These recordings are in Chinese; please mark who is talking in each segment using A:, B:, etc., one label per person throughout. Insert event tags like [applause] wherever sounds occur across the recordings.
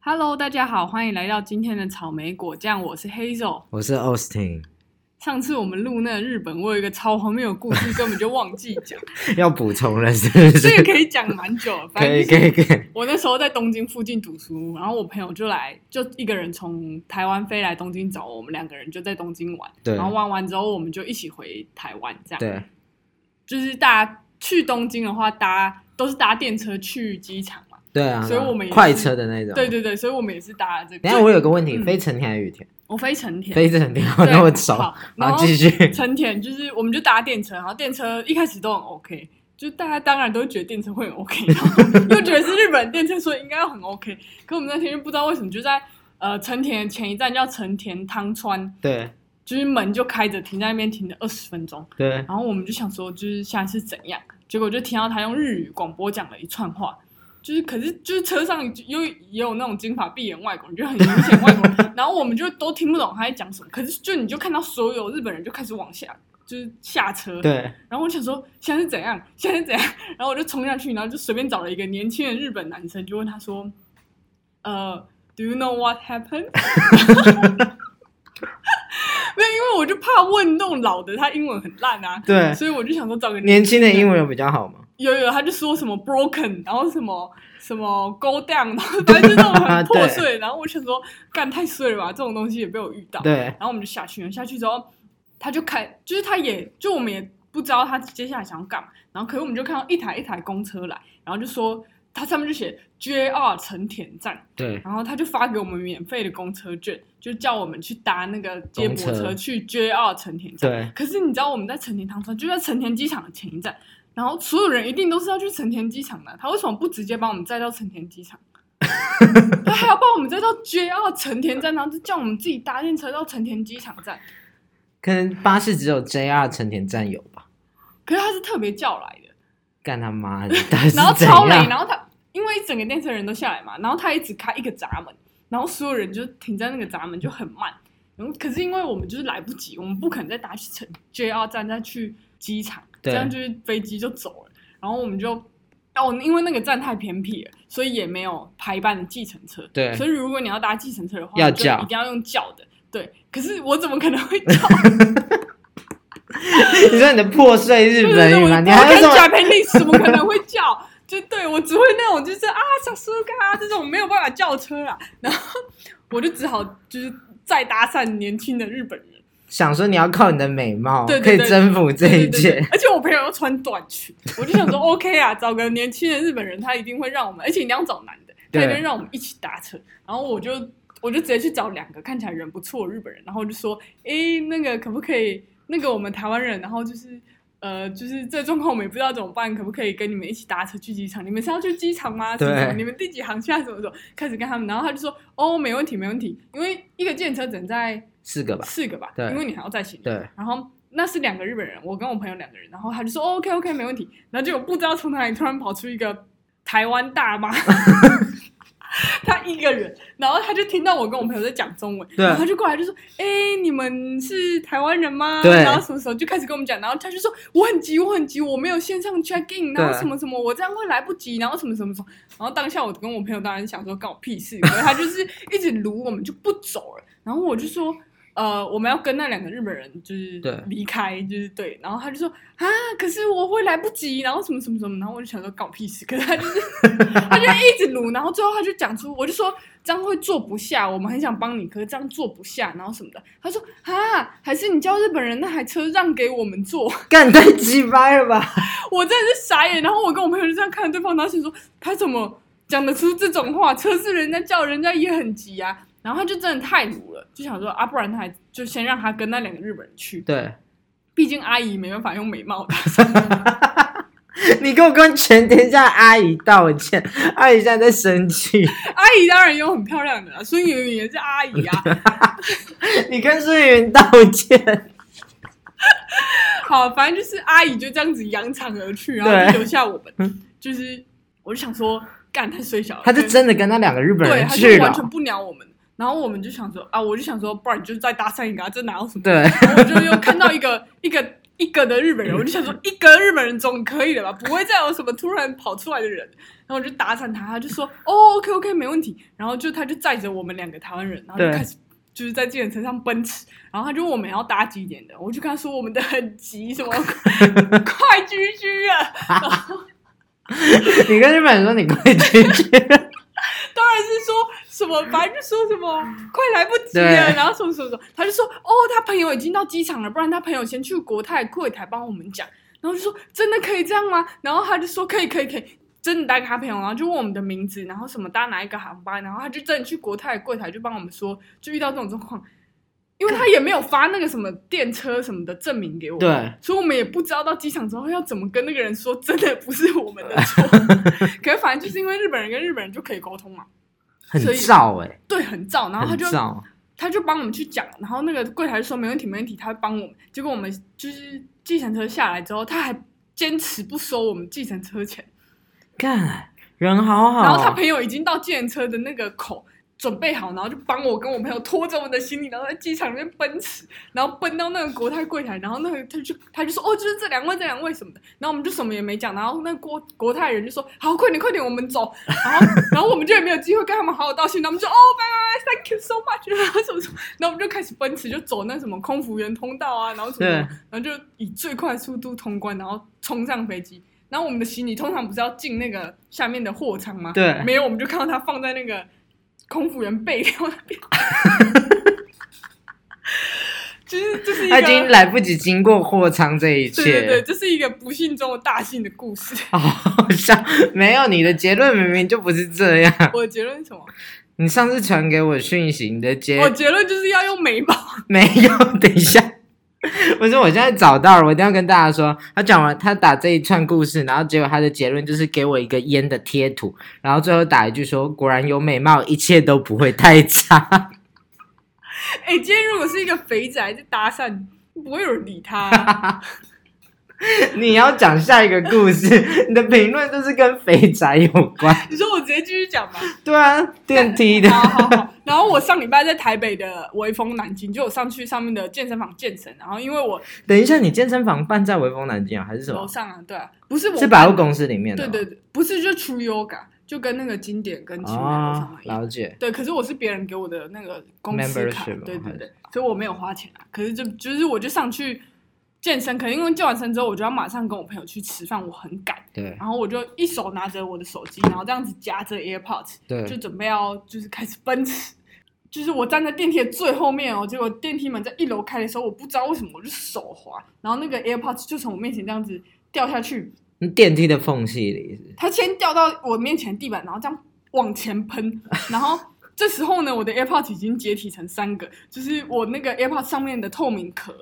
A: Hello，大家好，欢迎来到今天的草莓果酱，我是 Hazel。
B: 我是
A: [laughs]
B: Austin，
A: 上次我们录那个日本，我有一个超荒谬的故事，根本就忘记
B: [laughs]
A: 讲，
B: 要补充了是不
A: 这个
B: 是？
A: 可以讲蛮久了。反
B: 可
A: 正
B: 以
A: 就是
B: [laughs] 可以可以，
A: 我那时候在东京附近读书，然后我朋友就来，就一个人从台湾飞来东京找我，我们两个人就在东京玩，
B: 对
A: 然后玩完之后我们就一起回台湾，这样。
B: 对，
A: 就是大家去东京的话，搭都是搭电车去机场嘛。
B: 对啊，
A: 所以我们也是
B: 快车的那种。
A: 对。对对，所以我们也是搭这个。
B: 啊等一下我有个问题，
A: 嗯
B: 飞成田还是羽田？
A: 我飞成田，
B: 飞成田
A: 嗯对
B: 那么熟，
A: 好然
B: 好
A: 后
B: 继续。
A: 成田就是我们就搭电车，然后电车一开始都很 OK，就大家当然都觉得电车会很 OK，然后又觉得是日本电车，所以应该要很 OK。可我们那天就不知道为什么就在呃成田的前一站叫成田汤川，
B: 对
A: 就是门就开着停在那边停了二十分钟，
B: 对，
A: 然后我们就想说就是现在是怎样，结果就听到他用日语广播讲了一串话。就是，可是就是车上又也有那种金发碧眼外国人，就很明显外国人，然后我们就都听不懂他在讲什么。可是就你就看到所有日本人就开始往下，就是下车，
B: 对
A: 然后我想说现在是怎样，现在是怎样，然后我就冲上去，然后就随便找了一个年轻的日本男生，就问他说，呃，Do you know what happened？没有，因为我就怕问那种老的，他英文很烂啊，
B: 对，
A: 所以我就想说找个
B: 年轻的
A: 人
B: 英文有比较好吗？
A: 有有，他就说什么 broken，然后什么什么 go down，然
B: [laughs]
A: 后反正就那种很破碎。然后我想说，干太碎了吧，这种东西也被我遇到。
B: 对
A: 然后我们就下去了，下去之后，他就开，就是他也，就我们也不知道他接下来想要干嘛。然后，可是我们就看到一台一台公车来，然后就说，他上面就写 JR 成田站，
B: 对
A: 然后他就发给我们免费的公车券，就叫我们去搭那个接驳
B: 公车
A: 车去 JR 成田站。
B: 对
A: 可是你知道我们在成田汤川，就在成田机场的前一站，然后所有人一定都是要去成田机场的，他为什么不直接把我们载到成田机场？他还要把我们载到 JR 成田站，然后就叫我们自己搭电车到成田机场站。
B: 可能巴士只有 JR 成田站有吧？
A: 可是他是特别叫来的，
B: 干他妈的，到底是
A: 然后超
B: 怎
A: 累，
B: 样
A: 然后他因为整个电车人都下来嘛，然后他一直开一个闸门，然后所有人就停在那个闸门就很慢。然后可是因为我们就是来不及，我们不可能再搭去成 JR 站再去机场，这
B: 对
A: 样就是飞机就走了。然后我们就哦，因为那个站太偏僻了，所以也没有排班的计程车。
B: 对
A: 所以如果你要搭计程车的话，
B: 要
A: 你就
B: 叫
A: 一定要用叫的。对，可是我怎么可能会叫？
B: 你说你的破碎
A: 对
B: 日
A: 对
B: 本
A: 对，
B: 语
A: 我
B: 吗？
A: 跟
B: 你还有什么？
A: Japanese 怎么可能会叫？ [laughs] 就对我只会那种就是啊小苏嘎这种没有办法叫车啊，然后我就只好就是再搭讪年轻的日本人，
B: 想说你要靠你的美貌
A: 对
B: 可
A: 对
B: 以
A: 对
B: 征服这
A: 对
B: 一
A: 对对
B: 切，，
A: 而且我朋友又穿短裙，
B: [laughs]
A: 我就想说 OK 啊，找个年轻的日本人，他一定会让我们，而且你要找男的，他
B: 对
A: 一定让我们一起搭车，然后我就我就直接去找两个看起来人不错的日本人，然后我就说，诶，那个可不可以，那个我们台湾人，然后就是。呃，就是这状况我们也不知道怎么办，可不可以跟你们一起搭车去机场？你们是要去机场吗？什么什么？
B: 对
A: 你们第几航线？啊什么什么？开始跟他们，然后他就说：“哦，没问题，没问题，因为一个电车只能载
B: 四个吧？
A: 四个吧，
B: 对
A: 因为你还要载行李。
B: 对
A: 然后那是两个日本人，我跟我朋友两个人，然后他就说、哦、OK OK 没问题，然后结果不知道从哪里突然跑出一个台湾大
B: [laughs]
A: 妈，她一个人，然后她就听到我跟我朋友在讲中文，
B: 对
A: 然后她就过来就说哎、你们是台湾人吗？
B: 对
A: 然后什么时候就开始跟我们讲，然后她就说我很急我很急，我没有线上 check in，
B: 对
A: 然后什么什么我这样会来不及，然后什么什么什么，然后当下我跟我朋友当然想说干我屁事，可是他就是一直撸我们就不走了。然后我就说，呃，我们要跟那两个日本人就是
B: 对
A: 离开，就是对。然后他就说啊，可是我会来不及，然后什么什么什么，然后我就想说搞屁事，可是他就是他就一直撸，然后最后他就讲出，我就说这样会坐不下，我们很想帮你，可是这样坐不下，然后什么的。他说啊，还是你叫日本人那台车让给我们坐。
B: 干太鸡掰了吧？
A: 我真的是傻眼。然后我跟我朋友就这样看着对方，然后想说他怎么讲得出这种话？车是人家叫，人家也很急啊。然后他就真的太鲁了，就想说啊，不然他还就先让他跟那两个日本人去，
B: 对，
A: 毕竟阿姨没办法用美貌搭讪。
B: [laughs] 你给我跟全天下阿姨道歉，阿姨现在在
A: [laughs]
B: 生气。
A: 阿姨当然有很漂亮的啦，孙芸芸也是阿姨啊。
B: 你跟孙云道歉，
A: 好，反正就是阿姨就这样子扬长而去，然后就
B: 对嗯
A: 留下我们。就是我就想说，干太虽小了，
B: 他就
A: 对
B: 真的跟那两个日本
A: 对，
B: 人
A: 他
B: 去
A: 就完全
B: 了。
A: 不鸟我们。然后我们就想说啊，我就想说，不然你就再搭讪一个、啊，这哪有什么？
B: 对，
A: 然后我就又看到一个 [laughs] 一个一个的日本人，我就想说一个日本人总可以了吧，不会再有什么突然跑出来的人。然后我就搭讪他，他就说哦，OK OK，没问题。然后就他就载着我们两个台湾人，然后就
B: 对
A: 开始就是在计程车上奔驰。然后他就问我们要搭几点的，我就跟他说我们的很急，什么快居居啊，
B: [laughs] 你跟日本人说你快去
A: [laughs]
B: 去，
A: 当然是说什么，反正就说什么快来不及了，
B: 对
A: 然后什么什么什么，他就说哦，他朋友已经到机场了，不然他朋友先去国泰柜台帮我们讲，然后就说真的可以这样吗？然后他就说可以可以可以，真的打给他朋友，然后就问我们的名字，然后什么搭哪一个航班，然后他就真的去国泰柜台就帮我们说，就遇到这种状况。因为他也没有发那个什么电车什么的证明
B: [laughs]
A: 给我，
B: 对，
A: 所以我们也不知道到机场之后要怎么跟那个人说，真的不是我们的错。可是反正就是因为日本人跟日本人就可以沟通嘛，
B: 很
A: 所以
B: 燥哎、
A: 对，很燥，然后他
B: 很
A: 就
B: 燥。
A: 他就帮我们去讲，然后那个柜台就说没问题没问题，他会帮我们。结果我们就是计程车下来之后，他还坚持不收我们计程车钱，
B: 干，人好啊好。
A: 然后他朋友已经到计程车的那个口。准备好，然后就帮我跟我朋友拖着我们的行李，然后在机场里面奔驰，然后奔到那个国泰柜台，然后那个他就他就说哦，就是这两位这两位什么的，然后我们就什么也没讲，然后那个国国泰人就说好，快点快点，我们走，然后然后我们就也没有机会跟他们好好道歉，他们就哦，拜拜拜，thank you so much，然后什么什么，然后我们就开始奔驰，就走那什么空服员通道啊，然后什么
B: 对
A: 什么，然后就以最快的速度通关，然后冲上飞机。然后我们的行李通常不是要进那个下面的货仓吗？
B: 对
A: 没有，我们就看到他放在那个空服员备料 [laughs] 那边，就是这是一
B: 他
A: 个
B: 已经来不及经过货仓这一切。
A: 对对对，这是一个不幸中的大幸的故事。
B: 好 [laughs] 好笑，没有你的结论明明就不是这样。
A: 我的结论是什么？
B: 你上次传给我讯息，你的结
A: 我结论就是要用眉毛。
B: 没有，等一下。 [laughs] 不是，我现在找到了，我一定要跟大家说。他讲完，他打这一串故事，然后结果他的结论就是给我一个烟的贴图，然后最后打一句说：“果然有美貌，一切都不会太差。
A: 哎、今天如果是一个肥宅在搭讪，不会有人理他啊、”
B: [laughs] 你要讲下一个故事，你的评论都是跟肥宅有关。
A: 你说我直接继续讲吧。
B: [laughs] 对啊，电梯的，
A: 好好好。然后我上礼拜在台北的微风南京，就有上去上面的健身房健身。然后因为我
B: 等一下，你健身房办在微风南京啊，还是什
A: 楼
B: 么？
A: 上啊，对啊，不是我
B: 是百货公司里面
A: 对
B: 的吗。
A: 对对，不是就 True Yoga，就跟那个经典跟青梅楼上
B: 哦
A: 嘛，一样。
B: 了解。
A: 对，可是我是别人给我的那个公司卡
B: Membership
A: 对
B: 还
A: 对
B: 是
A: 对，所以我没有花钱啊。可是就就是我就上去健身，可能因为健完身之后，我就要马上跟我朋友去吃饭，我很赶，
B: 对
A: 然后我就一手拿着我的手机，然后这样子夹着 AirPods，
B: 对
A: 就准备要就是开始奔驰。就是我站在电梯的最后面哦，结果电梯门在一楼开的时候，我不知道为什么我就手滑，然后那个 AirPods 就从我面前这样子掉下去，
B: 电梯的缝隙里是
A: 它先掉到我面前地板，然后这样往前喷，然后这时候呢，我的 AirPods 已经解体成三个，就是我那个 AirPods 上面的透明壳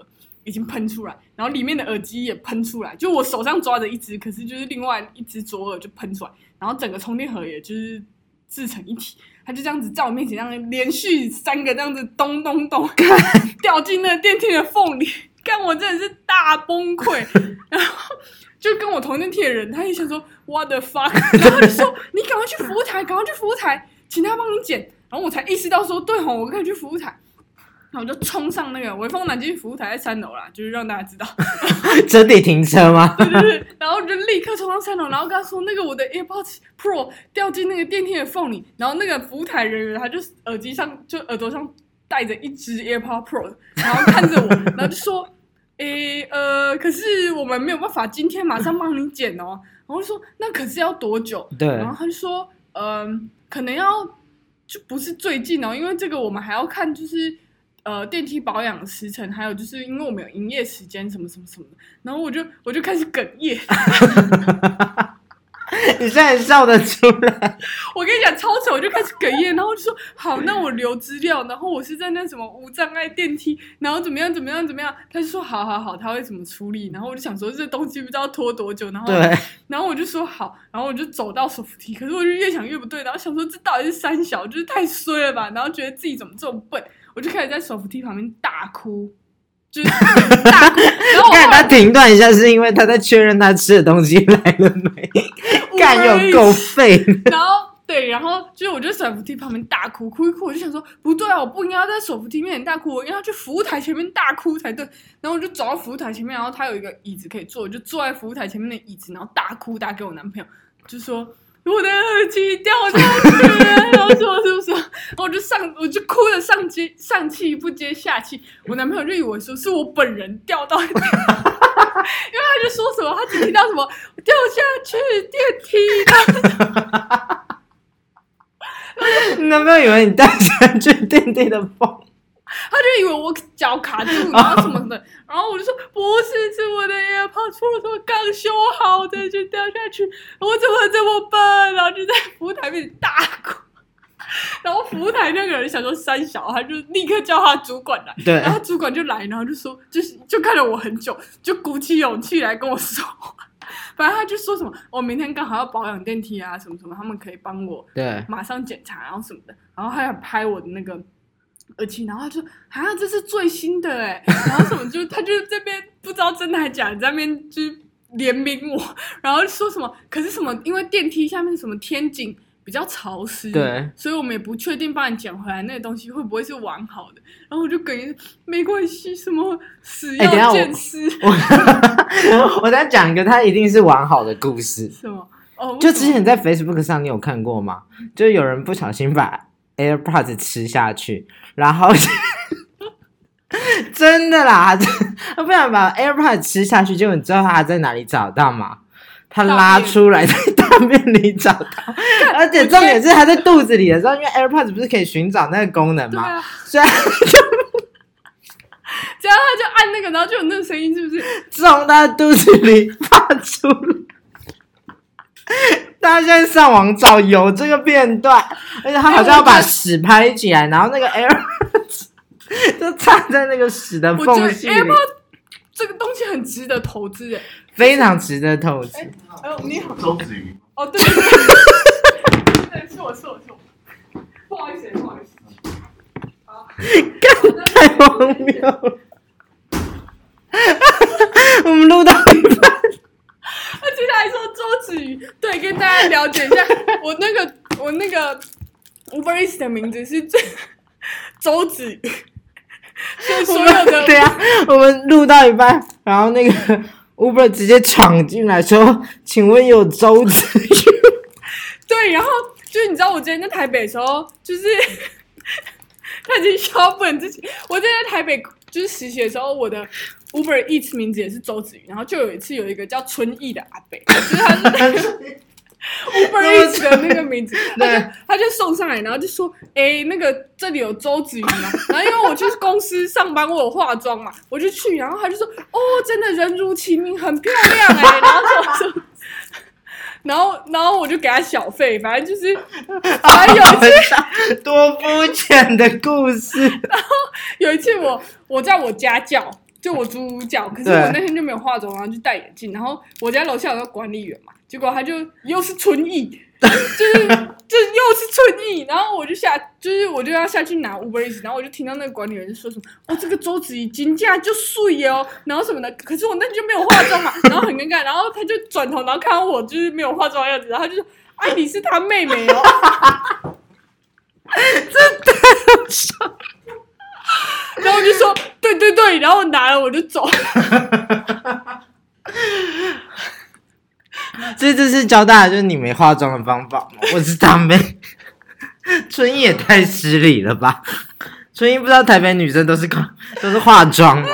A: 已经喷出来，然后里面的耳机也喷出来，就我手上抓着一只，可是就是另外一只左耳就喷出来，然后整个充电盒也就是制成一体。它就这样子在我面前，这样连续三个这样子咚咚咚掉进那个电梯的缝里，看我真的是大崩溃。然后就跟我同电梯的人，他也想说 what the fuck，然后就说你赶快去服务台，赶快去服务台，请他帮你捡。然后我才意识到说，对吼，我可以去服务台。然后我就冲上那个微风南京服务台在三楼啦，就是让大家知道。
B: [laughs] 折叠停车吗？
A: 对对对，然后就立刻冲上三楼，然后跟他说那个我的 AirPods Pro 掉进那个电梯的缝里，然后那个服务台人员他就耳机上就耳朵上戴着一只 AirPod Pro，然后看着我，然后就说，诶呃，可是我们没有办法今天马上帮你剪哦，然后我就说那可是要多久？
B: 对
A: 然后他就说，嗯、可能要就不是最近哦，因为这个我们还要看就是。呃，电梯保养的时程，还有就是因为我们有营业时间，什么什么什么的，然后我就我就开始哽
B: [laughs]
A: 咽，
B: 你现在笑得出来？
A: 我跟你讲超丑，我就开始哽咽，然后我就说好，那我留资料，然后我是在那什么无障碍电梯，然后怎么样怎么样怎么样，他就说好好好，他会怎么处理，然后我就想说这东西不知道拖多久，然后
B: 对，
A: 然后我就说好，然后我就走到手扶梯，可是我就越想越不对，然后想说这到底是三小，就是太衰了吧，然后觉得自己怎么这么笨，我就开始在手扶梯旁边大哭，就是 [laughs] 大哭，然后我后
B: 看
A: 来
B: 他停断一下，是因为他在确认他吃的东西来了没？
A: 无
B: 干
A: 人
B: 有够废！
A: [laughs] 然后对，对，然后就是我就在手扶梯旁边大哭，哭一哭，我就想说不对啊，我不应该要在手扶梯面前大哭，我应该要去服务台前面大哭才对。然后我就走到服务台前面，然后他有一个椅子可以坐，我就坐在服务台前面的椅子，然后大哭，打给我男朋友，就说我的耳机掉下去了，然后说是不 [laughs] 是？然后我就上，我就哭的上接上气不接下气，我男朋友就以为说是我本人掉到 [laughs] 因为他就说什么，他只听到什么掉下去电梯，
B: 你男朋友以为你带上去电梯的风，
A: 他就以为我脚卡住，然后什么的，然后我就说不是，是我的 AirPods Pro 刚修好的就掉下去，我怎么这么笨？然后就在服务台面前大哭， [laughs] 然后服务台那个人想说三小，他就立刻叫他主管来，
B: 对
A: 然，后主管就来，然后就说，就是就看了我很久，就鼓起勇气来跟我说 [laughs] 话。反正他就说什么，我、明天刚好要保养电梯啊，什么什么，他们可以帮我
B: 对，
A: 马上检查，然后什么的，然后还想拍我的那个耳机，然后他就啊，这是最新的哎， [laughs] 然后什么就他就这边不知道真的还假的，在那边就是怜悯我， [laughs] 然后说什么，可是什么，因为电梯下面什么天井比较潮湿，
B: 对，
A: 所以我们也不确定帮你捡回来那个东西会不会是完好的，然后我就哽咽，没关系，什么死
B: 哎等一下
A: 要
B: 我 [laughs]
A: 见尸、
B: 我我再讲一个，他一定是完好的故事。
A: 什么。哦，为
B: 就
A: 什
B: 之
A: 么
B: 前在 Facebook 上，你有看过吗？就有人不小心把 AirPods 吃下去，然后 [laughs] 真的啦，他不想把 AirPods 吃下去，结果你知道他在哪里找到吗？他拉出来在 [laughs] 大便里找到，而且重点是他在肚子里的时候，因为 AirPods 不是可以寻找那个功能
A: 对
B: 吗？
A: 啊，
B: 所以他
A: 这样他就按那个，然后就有那个声音，是不是？
B: 从他的肚子里发出来。 [laughs] 大家现在上网找有这个片段，而且他好像要把屎拍起来，然后那个 air [laughs] 就插在那个屎 [laughs] 的
A: 我觉得
B: 缝隙里，
A: AirPod 这个东西很值得投资哎。
B: 非常值得投资。
A: 哎呦，你 [laughs] 好，
C: 周子瑜，
A: 哦对对对，对是我是我是我，不好意思不好意思。好
B: 太荒谬了！ [laughs] 我们录到一半，
A: 那接下来说周子瑜，对，跟大家了解一下，我那个我那个 Uber Eats 的名字是这 [laughs] 周子瑜，所以所有的
B: 对啊，我们录到一半，然后那个 Uber 直接闯进来说：“请问有周子瑜
A: 对，然后就是你知道，我之前在台北的时候，就是 [laughs] 他已经笑到不能自己。我之前在台北就是实习的时候，我的 Uber Eats 名字也是周子瑜，然后就有一次有一个叫春意的阿北，就是他是 Uber Eats 的那个名字，他
B: 对
A: 就他就送上来，然后就说：“哎、那个这里有周子瑜吗？” [laughs] 然后因为我去公司上班，我有化妆嘛，我就去，然后他就说：“哦，真的人如其名，很漂亮哎、然后说我说。 [laughs] 然后，然后我就给他小费，反正就是，反正有一次， [laughs]
B: 多肤浅的故事。
A: 有一次我我在我家教，就我租屋教，可是
B: 对
A: 我那天就没有化妆，然后就戴眼镜，然后我家楼下有个管理员嘛，结果他就又是春意，就是就是又是春意，然后我就下就是我就要下去拿 Uber Eats，然后我就听到那个管理员就说什么哦这个周子怡金价就碎耶哦，然后什么的，可是我那天就没有化妆嘛，然后很尴尬，然后他就转头然后看到我就是没有化妆的样子，然后他就说哎、你是他妹妹哦。然后我就说对对对，然后我拿了我就走。
B: [laughs] 所以这次教大家就是你没化妆的方法吗？我是他妹。 [laughs] 春英也太失礼了吧！春英不知道台北女生都是化都是化
A: [laughs]
B: 妆吗？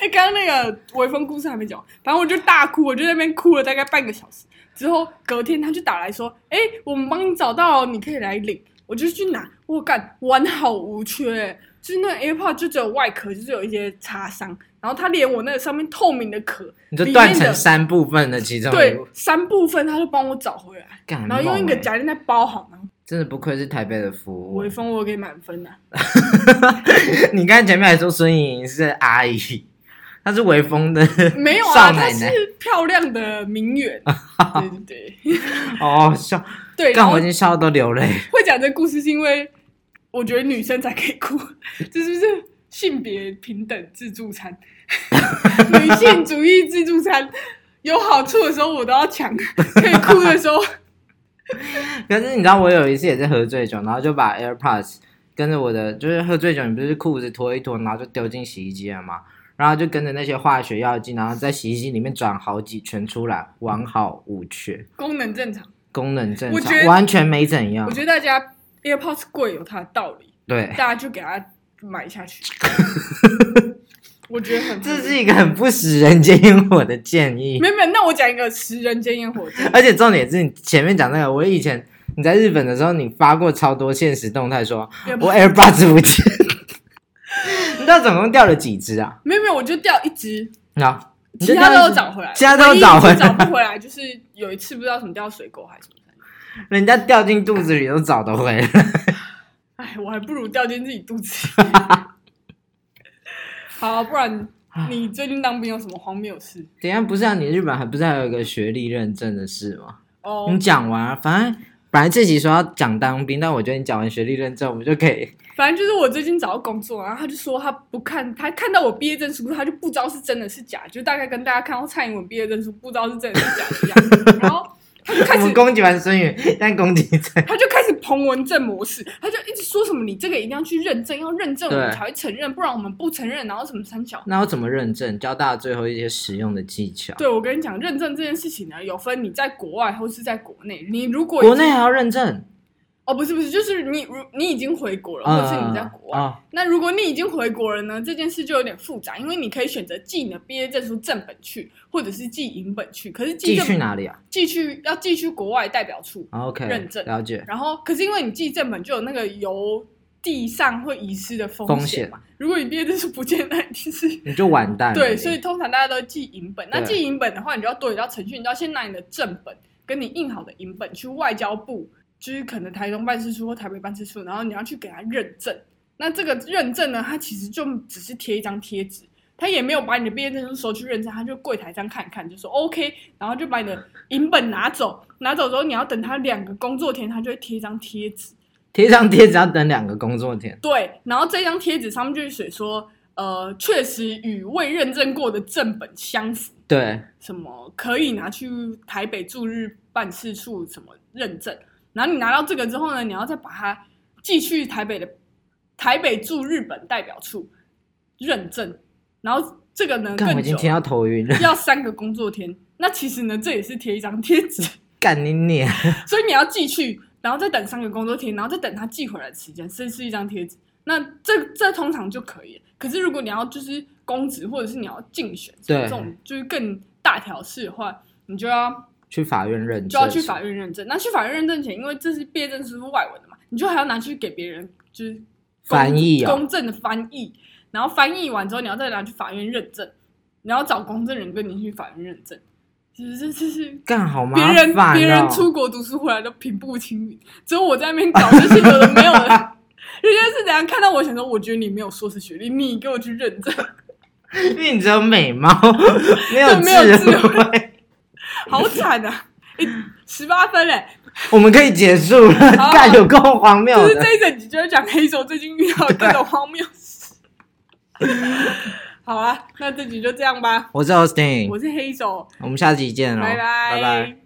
A: 哎，刚刚那个微风故事还没讲完，反正我就大哭，我就在那边哭了大概半个小时。之后隔天他就打来说：“哎，我们帮你找到了，你可以来领。”我就去拿，我干完好无缺，就是那 AirPod 就只有外壳，就是有一些擦伤，然后他连我那个上面透明的壳，
B: 你就
A: 里
B: 断
A: 面
B: 成
A: 的
B: 三部分的其中一
A: 对
B: 部，
A: 三部分他就帮我找回来，
B: 干
A: 然后用一
B: 猛
A: 个
B: 欸
A: 夹链袋包好，然后
B: 真的不愧是台北的服务
A: 微。风我给满分了、
B: [laughs] 你刚才前面还说孙颖莹是阿姨，她是微风的
A: 没有啊，
B: 少
A: 她
B: 奶奶，
A: 是漂亮的名
B: [laughs]
A: 媛，对对对。
B: 哦笑，
A: 对，然
B: 干
A: 后
B: 我已经笑到都流泪。
A: [laughs] 会讲这故事是因为我觉得女生才可以哭，这是不是性别平等自助餐？ [laughs] 女性主义自助餐有好处的时候我都要抢，可以哭的时候
B: 可是你知道，我有一次也是喝醉酒，然后就把 AirPods 跟着我的，就是喝醉酒，你不是裤子脱一脱，然后就丢进洗衣机了吗？然后就跟着那些化学药剂，然后在洗衣机里面转好几圈出来，完好无缺，
A: 功能正常。
B: 功能正
A: 我觉
B: 常，
A: 得
B: 完全没怎样
A: 我。觉得大家 AirPods 贵有它的道理，
B: 对
A: 大，家就给它买下
B: [laughs]
A: 去。我觉得很
B: 这是一个很不食人间烟火的建议
A: 没。有没有，那我讲一个食人间烟火的，
B: 而且重点是你前面讲那个，我以前你在日本的时候，你发过超多现实动态说，我 AirPods 不见， [laughs] 你知道总共掉了几只啊？
A: 没有没有，我就掉一只，
B: 啊，你
A: 其
B: 就
A: 他
B: 掉
A: 都有
B: 一只
A: 找回来，
B: 其他都
A: 唯一一
B: 找回
A: 只
B: 来
A: 找不回来，就是有一次不知道什么掉水沟还是什么。
B: 人家掉进肚子里都找得回来。
A: 哎，我还不如掉进自己肚子里。 [laughs] 好，不然你最近当兵有什么荒谬事？
B: [laughs] 等一下不是啊，你日本还不是还有一个学历认证的事吗？
A: 哦、
B: 你讲完、啊，反正本来这集说要讲当兵，但我觉得你讲完学历认证，我们就可以。
A: 反正就是我最近找到工作，然后他就说他不看，他看到我毕业证书，他就不知道是真的是假，就大概跟大家看到蔡英文毕业证书不知道是真的是假的一样。 [laughs] 然后他就
B: 我
A: 开
B: 们
A: 始
B: 攻击完孙宇，但攻击
A: [laughs]
B: 这
A: 他就开始彭文正模式，他就一直说什么你这个一定要去认证，要认证我们
B: 对
A: 才会承认，不然我们不承认，然后什么三小。
B: 那我怎么认证？教大家最后一些实用的技巧。
A: 对，我跟你讲，认证这件事情呢，有分你在国外或是在国内。你如果已经
B: 国内还要认证，
A: 哦，不是不是，就是你如你已经回国了，
B: 啊
A: 或者是你在国外。
B: 啊
A: 那如果你已经回国了呢，这件事就有点复杂，因为你可以选择寄你的毕业证书正本去，或者是寄银本去。可是寄
B: 寄
A: 正
B: 去哪里啊
A: 寄去要寄去国外代表处，
B: 啊？OK，
A: 认证
B: 了解。
A: 然后可是因为你寄正本就有那个邮地上会遗失的风
B: 风
A: 险
B: 险
A: 嘛。如果你毕业证书不见，那一定是
B: 你就完蛋了。
A: 对，所以通常大家都寄银本。那
B: 对
A: 寄银本的话，你就要对到程序，你就要先拿你的正本跟你印好的银本去外交部，就是可能台中办事处或台北办事处，然后你要去给他认证。那这个认证呢，它其实就只是贴一张贴纸，他也没有把你的毕业证书收去认证，他就柜台上看一看，就说 OK，然后就把你的银本拿走。拿走之后，你要等他两个工作天，他就会贴一张贴纸。
B: 贴上贴只要等两个工作天。
A: 对，然后这张贴纸上面就是写说，呃，确实与未认证过的正本相符。
B: 对，
A: 什么可以拿去台北驻日办事处什么认证，然后你拿到这个之后呢，你要再把它寄去台北的台北驻日本代表处认证，然后这个呢
B: 干我
A: 更
B: 已经
A: 久，啊
B: 听到头晕了。
A: 要三个工作天。那其实呢，这也是贴一张贴纸，
B: 干你脸！
A: 所以你要寄去，然后再等三个工作天，然后再等他寄回来的时间，这是一张贴纸。那这这通常就可以了。可是如果你要就是公职，或者是你要竞选什么这
B: 对
A: 种就是更大条事的话，你就要
B: 去法院认证，
A: 就要去法院认证。那去法院认证前，因为这是毕业证书外文的嘛，你就还要拿去给别人就是公
B: 翻译啊、
A: 公正的翻译，然后翻译完之后，你要再拿去法院认证，你要找公证人跟你去法院认证。就是这这是
B: 干好麻
A: 别
B: 烦、
A: 人
B: 哦、
A: 别人出国读书回来都平步青云，只有我在那边搞这些有的没有的。人家是怎样看到我想说，我觉得你没有硕士学历，你给我去认证，
B: [laughs] 因为你只有美貌，
A: [laughs]
B: 没有
A: 对没有智
B: 慧。
A: 好惨
B: [laughs]
A: 啊！十八分嘞，
B: 我们可以结束了，
A: 好
B: 干有够荒谬
A: 就是
B: 的。
A: 这一整集就是讲黑手最近遇到的各种荒谬
B: [laughs]
A: 事。好啦，那这集就这样吧。
B: 我是 Austin，
A: 我是黑手，
B: 我们下集见喽，
A: 拜
B: 嗯拜拜。
A: 拜